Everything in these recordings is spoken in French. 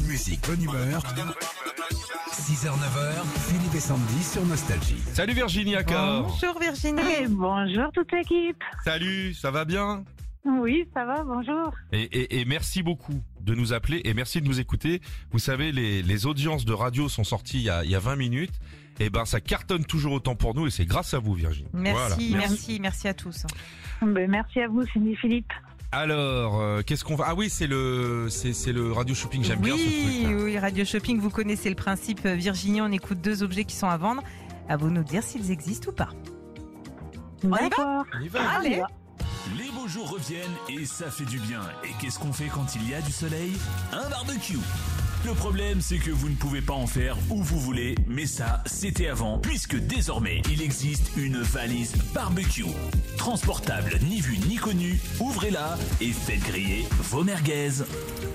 musique, bonne humeur. 6h, 9h, Philippe et Sandy sur Nostalgie. Salut Virginie Accor. Bonjour Virginie. Et bonjour toute l'équipe. Salut, ça va bien Oui, ça va, bonjour. et, et- et merci beaucoup de nous appeler et merci de nous écouter. Vous savez, les, les audiences de radio sont sorties il y a, il y a 20 minutes. Et ben, ça cartonne toujours autant pour nous et c'est grâce à vous, Virginie. Merci, Voilà. merci, merci à tous. Ben, merci à vous, Cindy Philippe. Alors, euh, qu'est-ce qu'on va Ah oui, c'est le, c'est, c'est le radio shopping. J'aime bien ce oui, truc. oui, Radio Shopping, vous connaissez le principe. euh, Virginie, on écoute deux objets qui sont à vendre. À vous de nous dire s'ils existent ou pas. y va D'accord. On y va. on y Allez. va. Les beaux jours reviennent et ça fait du bien. Et qu'est-ce qu'on fait quand il y a du soleil Un barbecue. Le problème, c'est que vous ne pouvez pas en faire où vous voulez, mais ça, c'était avant, puisque désormais, il existe une valise barbecue. Transportable, ni vue ni connue, ouvrez-la et faites griller vos merguez.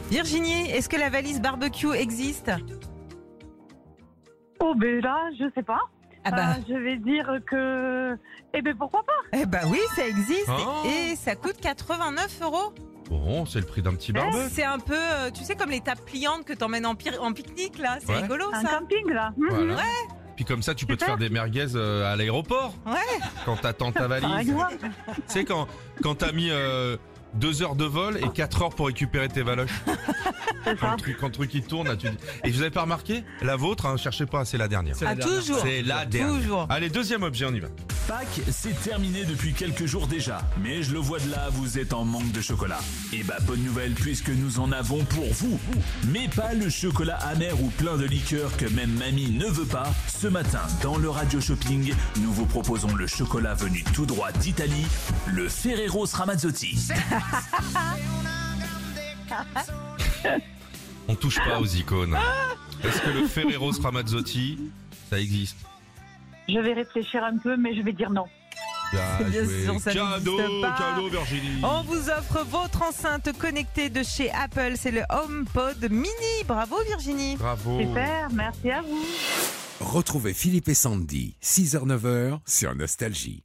Virginie, est-ce que la valise barbecue existe Oh, ben là, je sais pas. Ah bah, Euh, je vais dire que. Eh ben pourquoi pas eh bah oui, ça existe Oh. et ça coûte 89 euros. Bon, c'est le prix d'un petit barbecue. C'est un peu, euh, tu sais, comme les tables pliantes que t'emmènes en, pire- en pique-nique là. C'est Ouais. rigolo Un ça. camping là. Mhm. Voilà. Puis comme ça, tu peux te faire Super. des merguez euh, à l'aéroport Ouais. quand t'attends ta Par valise. exemple. tu sais quand, quand t'as mis euh, deux heures de vol et quatre heures pour récupérer tes valoches. C'est Quand ça. le truc, quand le truc il tourne, là, tu dis. Et vous avez pas remarqué La vôtre, hein, cherchez pas, c'est la dernière. Ah, toujours. C'est la dernière. Toujours. Allez, deuxième objet, on y va. Pâques, c'est terminé depuis quelques jours déjà, mais je le vois de là, vous êtes en manque de chocolat. Et bah bonne nouvelle puisque nous en avons pour vous, mais pas le chocolat amer ou plein de liqueur que même mamie ne veut pas. Ce matin, dans le radio shopping, nous vous proposons le chocolat venu tout droit d'Italie, le Ferrero Ramazzotti. On touche pas aux icônes. Ah Est-ce que le Ferrero Ramazzotti, ça existe Je vais réfléchir un peu, mais je vais dire non. Bien Bien joué. sûr, ça cadeau, n'existe pas. cadeau, Virginie. On vous offre votre enceinte connectée de chez Apple, c'est le HomePod Mini. Bravo Virginie. Bravo. Super, merci à vous. Retrouvez Philippe et Sandy, 6h, 9h sur Nostalgie.